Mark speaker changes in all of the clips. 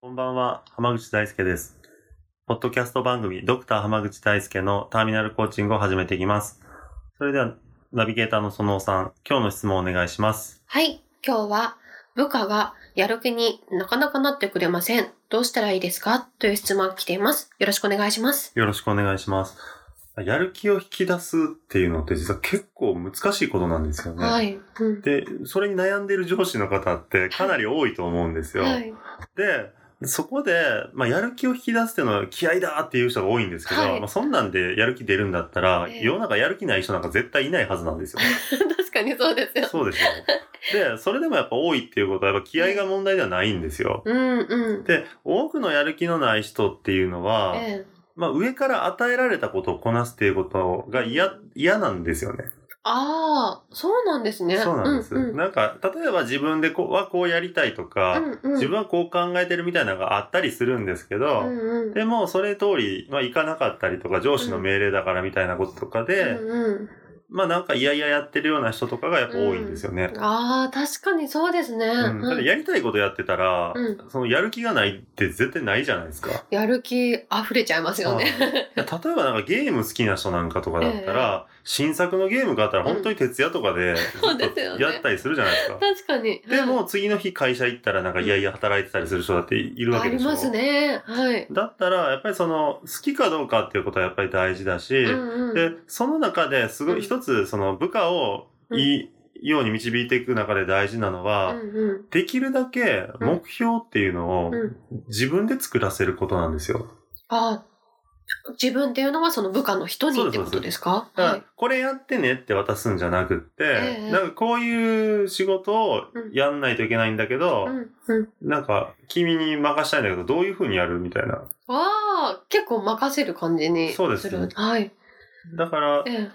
Speaker 1: こんばんは、浜口大輔です。ポッドキャスト番組、ドクター浜口大輔のターミナルコーチングを始めていきます。それでは、ナビゲーターのそのおさん、今日の質問をお願いします。
Speaker 2: はい、今日は部下がやる気になかなかなってくれません。どうしたらいいですかという質問が来ています。よろしくお願いします。
Speaker 1: よろしくお願いします。やる気を引き出すっていうのって実は結構難しいことなんですよね。
Speaker 2: はい。うん
Speaker 1: で、それに悩んでいる上司の方ってかなり多いと思うんですよ。
Speaker 2: はい。
Speaker 1: で、そこで、まあ、やる気を引き出すっていうのは気合だっていう人が多いんですけど、
Speaker 2: はい
Speaker 1: まあ、そんなんでやる気出るんだったら、
Speaker 2: ええ
Speaker 1: 世の中やる気ない人なんか絶対いないはずなんですよ。
Speaker 2: 確かにそうですよ。
Speaker 1: そうでしょ。で、それでもやっぱ多いっていうことは、やっぱ気合が問題ではないんですよ。
Speaker 2: うんうん。
Speaker 1: で、多くのやる気のない人っていうのは、
Speaker 2: ええ、
Speaker 1: まあ上から与えられたことをこなすっていうことが嫌、嫌なんですよね。
Speaker 2: ああ、そうなんですね。
Speaker 1: そうなんです。
Speaker 2: うんうん
Speaker 1: なんか、例えば自分でこうはこうやりたいとか、
Speaker 2: うんうん
Speaker 1: 自分はこう考えてるみたいなのがあったりするんですけど、
Speaker 2: うんうん
Speaker 1: でもそれ通り、まあいかなかったりとか、上司の命令だからみたいなこととかで、
Speaker 2: うん
Speaker 1: まあなんか嫌々やってるような人とかがやっぱ多いんですよね。
Speaker 2: うん、ああ、確かにそうですね。
Speaker 1: うん、だって
Speaker 2: うん
Speaker 1: やりたいことやってたら、
Speaker 2: うん
Speaker 1: そのやる気がないって絶対ないじゃないですか。
Speaker 2: やる気溢れちゃいますよね。
Speaker 1: うんいや 例えばなんかゲーム好きな人なんかとかだったら、新作のゲームがあったら本当に徹夜とかで
Speaker 2: そうですよね
Speaker 1: やったりするじゃないですか。
Speaker 2: 確かに。
Speaker 1: でも次の日会社行ったらなんかいやいや働いてたりする人だっている
Speaker 2: はい、
Speaker 1: わ
Speaker 2: あ
Speaker 1: け
Speaker 2: り
Speaker 1: でしょ。
Speaker 2: ますね。はい。
Speaker 1: だったらやっぱりその好きかどうかっていうことはやっぱり大事だし、
Speaker 2: うんうん
Speaker 1: で、その中ですご
Speaker 2: う
Speaker 1: い
Speaker 2: ん
Speaker 1: 一つその部下をいい、ように導いていく中で大事なのは、
Speaker 2: うんうん
Speaker 1: できるだけ目標っていうのを
Speaker 2: うん
Speaker 1: 自分で作らせることなんですよ。
Speaker 2: ああ、自分っていうのはその部下の人にってことですか
Speaker 1: だか
Speaker 2: は
Speaker 1: ら
Speaker 2: い。
Speaker 1: これやってねって渡すんじゃなくって、
Speaker 2: ええ
Speaker 1: なんかこういう仕事をやんないといけないんだけど、
Speaker 2: うん、うん。
Speaker 1: なんか君に任したいんだけど、どういうふうにやるみたいな。
Speaker 2: ああ、結構任せる感じに
Speaker 1: そうですね
Speaker 2: るはい。
Speaker 1: だから
Speaker 2: ええ。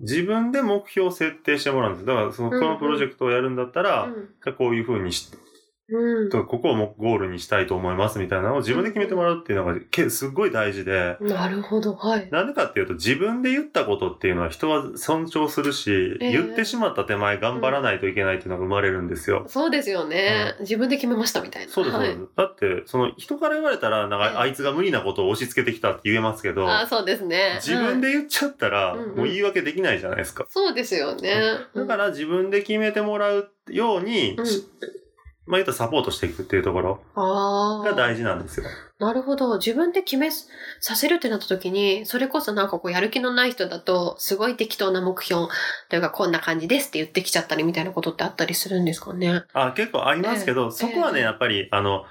Speaker 1: 自分で目標を設定してもらうんです。だからその
Speaker 2: うんう
Speaker 1: こ
Speaker 2: ん
Speaker 1: のプロジェクトをやるんだったら、
Speaker 2: うん
Speaker 1: じゃあこういうふうにし、
Speaker 2: うん。
Speaker 1: とここをもゴールにしたいと思いますみたいなのを自分で決めてもらうっていうのがけすっごい大事で、
Speaker 2: なるほど。はい。
Speaker 1: なんでかっていうと自分で言ったことっていうのは人は尊重するし、
Speaker 2: え
Speaker 1: 言ってしまった手前頑張らないといけないっていうのが生まれるんですよ。
Speaker 2: そうですよね。自分で決めましたみたいな。
Speaker 1: そうです、そう
Speaker 2: は
Speaker 1: で
Speaker 2: い
Speaker 1: す。。だって、その人から言われたら、なん
Speaker 2: ええ
Speaker 1: かあいつが無理なことを押し付けてきたって言えますけど、
Speaker 2: ああ、そうですね。
Speaker 1: 自分
Speaker 2: はい
Speaker 1: で言っちゃったら、
Speaker 2: うんうん
Speaker 1: もう言い訳できないじゃないですか。
Speaker 2: そうですよね。、
Speaker 1: だからら自分で決めてもらうように、
Speaker 2: うん
Speaker 1: しまあ言ったらサポートしていくっていうところ
Speaker 2: あ
Speaker 1: が
Speaker 2: あ、
Speaker 1: 大事なんですよ。
Speaker 2: なるほど。自分で決めすさせるってなった時に、それこそなんかこう、やる気のない人だと、すごい適当な目標というか、こんな感じですって言ってきちゃったりみたいなことってあったりするんですかね。
Speaker 1: あ結構ありますけど、そこはね、
Speaker 2: ええ
Speaker 1: やっぱり、あの、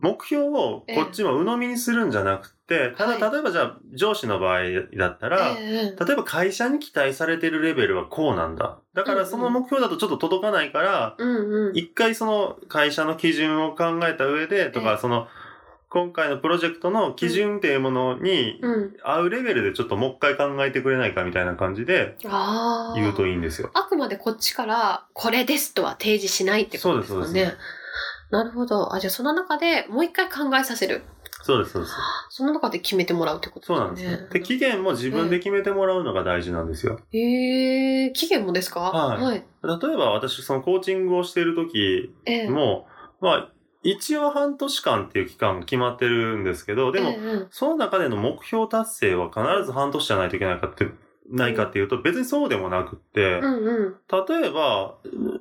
Speaker 1: 目標をこっちも鵜呑みにするんじゃなくて、た
Speaker 2: は
Speaker 1: だ、
Speaker 2: い
Speaker 1: 例えばじゃあ、上司の場合だったら、
Speaker 2: ええ
Speaker 1: 例えば会社に期待されてるレベルはこうなんだ。だからその目標だとちょっと届かないから、
Speaker 2: うんうん。
Speaker 1: 一回その会社の基準を考えた上でと
Speaker 2: え
Speaker 1: か、
Speaker 2: え
Speaker 1: その今回のプロジェクトの基準っていうものに
Speaker 2: うん。
Speaker 1: 合うレベルでちょっともう一回考えてくれないかみたいな感じで
Speaker 2: ああ。
Speaker 1: 言うといいんですよ。
Speaker 2: あくまでこっちから、これですとは提示しないってことですかね。
Speaker 1: そうですそうで
Speaker 2: なるほど。あ、じゃあその中でもう一回考えさせる。
Speaker 1: そうです、そうです。
Speaker 2: その中で決めてもらうってこと
Speaker 1: そうなんです
Speaker 2: ね。
Speaker 1: よ。で、期限も自分で決めてもらうのが大事なんですよ。
Speaker 2: へえー、期限もですか
Speaker 1: はい
Speaker 2: はい。
Speaker 1: 例えば私、そのコーチングをしている時
Speaker 2: ええ
Speaker 1: も、まあ、一応半年間っていう期間が決まってるんですけど、でも
Speaker 2: え、ええ
Speaker 1: その中での目標達成は必ず半年じゃないといけないかって、ないかっていうと別にそうでもなくって
Speaker 2: え、うんうん。
Speaker 1: 例えば、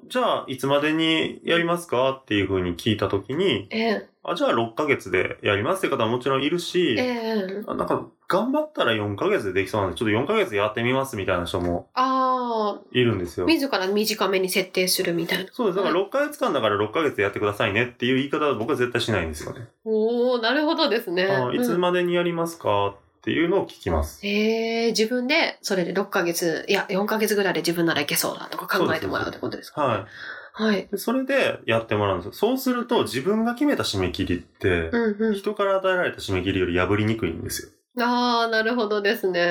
Speaker 1: じゃあいつまでにやりますかっていうふうに聞いたときに、
Speaker 2: ええ
Speaker 1: あ、じゃあ6ヶ月でやりますって方ももちろんいるし
Speaker 2: え、え
Speaker 1: あなんか頑張ったら4ヶ月でできそうなんで、ちょっと4ヶ月やってみますみたいな人も
Speaker 2: あ
Speaker 1: いるんです
Speaker 2: あ、
Speaker 1: よ。
Speaker 2: 自ら短めに設定するみたいな。
Speaker 1: そうです。だから6ヶ月間だから6ヶ月でやってくださいねっていう言い方は僕は絶対しないんですよね。
Speaker 2: おおなるほどですね。
Speaker 1: あいつまでにやりますかっていうのを聞きます。
Speaker 2: ええ自分で、それで6ヶ月、いや、4ヶ月ぐらいで自分ならいけそうだとか考えてもらうってことですか、
Speaker 1: はい。
Speaker 2: はい。
Speaker 1: でそれでやってもらうんですよ。そうすると自分が決めた締め切りって
Speaker 2: う、んう
Speaker 1: 人から与えられた締め切りより破りにくいんですよ。
Speaker 2: ん。ああ、なるほどですね。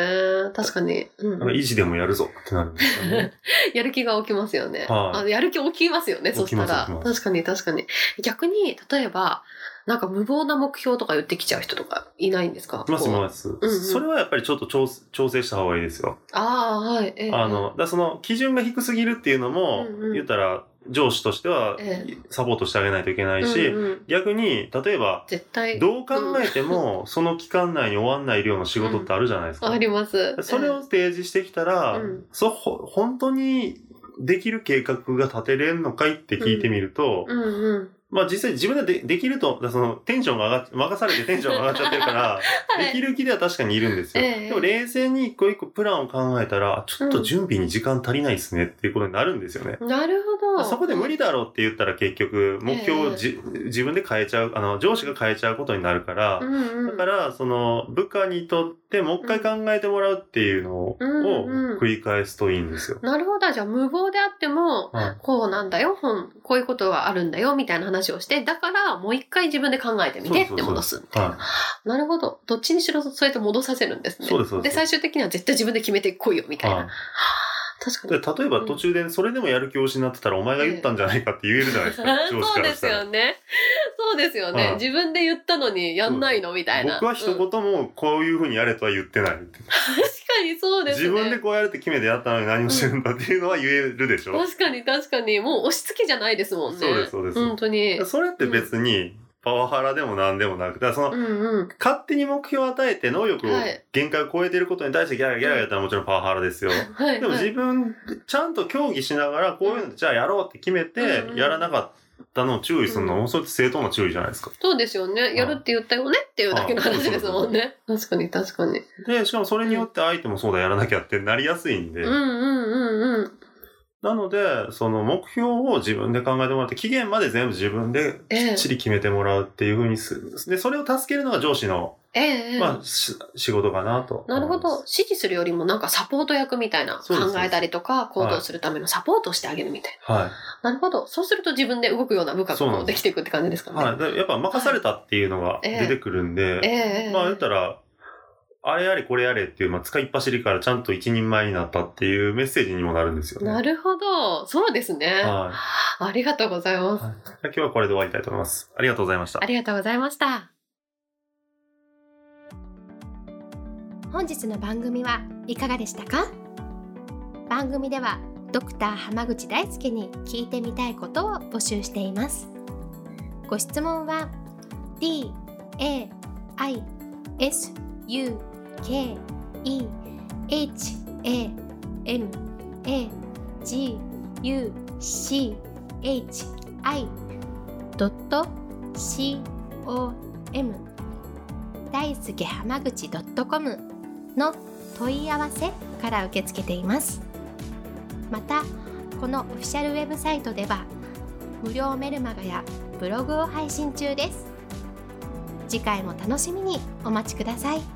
Speaker 2: 確かに。う
Speaker 1: だ
Speaker 2: ん
Speaker 1: から意地でもやるぞってなるんですよね。
Speaker 2: やる気が起きますよ
Speaker 1: は
Speaker 2: ね。
Speaker 1: い
Speaker 2: あのやる気起きますよね、
Speaker 1: 起
Speaker 2: そ
Speaker 1: き
Speaker 2: し
Speaker 1: ま
Speaker 2: た
Speaker 1: す
Speaker 2: ら
Speaker 1: 起き。ま
Speaker 2: 確かに確かに。逆に、例えば、なんか無謀な目標とか言ってきちゃう人とかいないんですか
Speaker 1: いますい
Speaker 2: こう
Speaker 1: ます。
Speaker 2: うん
Speaker 1: それはやっぱりちょっと調調整した方がいいですよ。
Speaker 2: ああ、はい。ええ
Speaker 1: あの、だからその基準が低すぎるっていうのも、
Speaker 2: うんうん
Speaker 1: 言ったら上司としては
Speaker 2: え
Speaker 1: サポートしてあげないといけな
Speaker 2: え
Speaker 1: いし、
Speaker 2: うんうん
Speaker 1: 逆に、例えば、
Speaker 2: 絶対、
Speaker 1: どう考えても、その期間内に終わんない量の仕事ってあるじゃないですか。
Speaker 2: あります。
Speaker 1: それを提示してきたら、
Speaker 2: うん
Speaker 1: そほ本当にできる計画が立てれんのかいって聞いてみると、
Speaker 2: ええ、うんうん。
Speaker 1: まあ実際自分ででできると、だからそのテンションが上がっ、任されてテンションが上がっちゃってる から、
Speaker 2: い
Speaker 1: できる気では確かにいるんですよ。
Speaker 2: ええ
Speaker 1: でも冷静に一個一個プランを考えたら、ちょっと準備に時間足りないですねっていうことになるんですよね。
Speaker 2: なるほど。
Speaker 1: そこで無理だろうって言ったら結局、目標をじ、自分で変えちゃう、あの、上司が変えちゃうことになるから、
Speaker 2: うんうん。
Speaker 1: だから、その、部下にとってもう一回考えてもらうっていうのを
Speaker 2: うんうん
Speaker 1: 繰り返すといいんですよ。
Speaker 2: なるほど。じゃあ、無謀であっても、
Speaker 1: はい
Speaker 2: こうなんだよ、本、こういうことがあるんだよ、みたいな話をして、だから、もう一回自分で考えてみてっ
Speaker 1: そう
Speaker 2: て
Speaker 1: そうそう
Speaker 2: 戻すみたいな。
Speaker 1: は
Speaker 2: なるほど。どっちにしろ、そうやって戻させるんですね。
Speaker 1: そうですそうです
Speaker 2: 最終的には絶対自分で決めてこいよ、み
Speaker 1: い。
Speaker 2: たいな。
Speaker 1: は
Speaker 2: 確
Speaker 1: い、
Speaker 2: か
Speaker 1: で
Speaker 2: に。
Speaker 1: 例えば途中でそれでもやる気を失ってたらお前が言ったんじゃないかって言えるじゃないですか。上司
Speaker 2: そう
Speaker 1: から
Speaker 2: で
Speaker 1: し
Speaker 2: す
Speaker 1: たら
Speaker 2: よ。ね。そうですよね。
Speaker 1: はい
Speaker 2: 自分で言ったのにやんないのみたいな。
Speaker 1: 僕は一
Speaker 2: うん確
Speaker 1: 言もこういうふうにやれとは言ってない。
Speaker 2: かにそうですね。
Speaker 1: 自分でこうやるって決めてやったのに何をしてるんだっていうのは言えるでしょ。
Speaker 2: 確かに確かに。もう押し付けじゃないですもんね。
Speaker 1: そうですそうです
Speaker 2: 本当に。
Speaker 1: それって別にパワハラでも何でもなくて、だからその、
Speaker 2: うんうん。
Speaker 1: 勝手に目標を与えて能力を
Speaker 2: はい
Speaker 1: 限界を超えていることに対してギャラギャラやったらもちろんパワハラですよ。
Speaker 2: はい。
Speaker 1: でも
Speaker 2: はい
Speaker 1: 自分、ちゃんと協議しながら、こういうの、じゃあやろうって決めて
Speaker 2: うんう、ん
Speaker 1: やらなかったのを注意するの
Speaker 2: う
Speaker 1: も、それって正当な注意じゃないですか。
Speaker 2: そうですよね。やるって言ったよねっていうだけの話ですもんね。確かに確かに。
Speaker 1: で、しかもそれによって相手もそうだ、やらなきゃってなりやすいんで
Speaker 2: うんう。んうんうん。
Speaker 1: なので、その目標を自分で考えてもらって、期限まで全部自分で
Speaker 2: え
Speaker 1: き
Speaker 2: え
Speaker 1: っちり決めてもらうっていうふうにする。で、それを助けるのが上司の、
Speaker 2: ええええ
Speaker 1: まあ、し仕事かなと。
Speaker 2: なるほど。。指示するよりもなんかサポート役みたいな
Speaker 1: そうです
Speaker 2: 考えたりとか行動するためのサポートをしてあげるみたい
Speaker 1: はい。
Speaker 2: な。なるほど。そうすると自分で動くような部下が
Speaker 1: そうな
Speaker 2: こ
Speaker 1: ん
Speaker 2: う
Speaker 1: です
Speaker 2: できていくって感じですかね。
Speaker 1: はい。でやっぱ任されたっていうのが出てくるんで、
Speaker 2: ええええ
Speaker 1: まあ言ったら、あれやれこれやれっていう、まあ、使いっ走りからちゃんと一人前になったっていうメッセージにもなるんですよね。
Speaker 2: なるほど。そうですね。
Speaker 1: はい
Speaker 2: ありがとうございます。
Speaker 1: はいじゃあ今日はこれで終わりたいと思います。ありがとうございました
Speaker 2: あ。りがとうございました。
Speaker 3: 本日の番組はいかがでしたか番組ではドクター濱口大輔に聞いてみたいことを募集していますご質問は d a i s u k e h a m a g u c h i c o m 大輔濱口 .com の問い合わせから受け付けていますまたこのオフィシャルウェブサイトでは無料メルマガやブログを配信中です次回も楽しみにお待ちください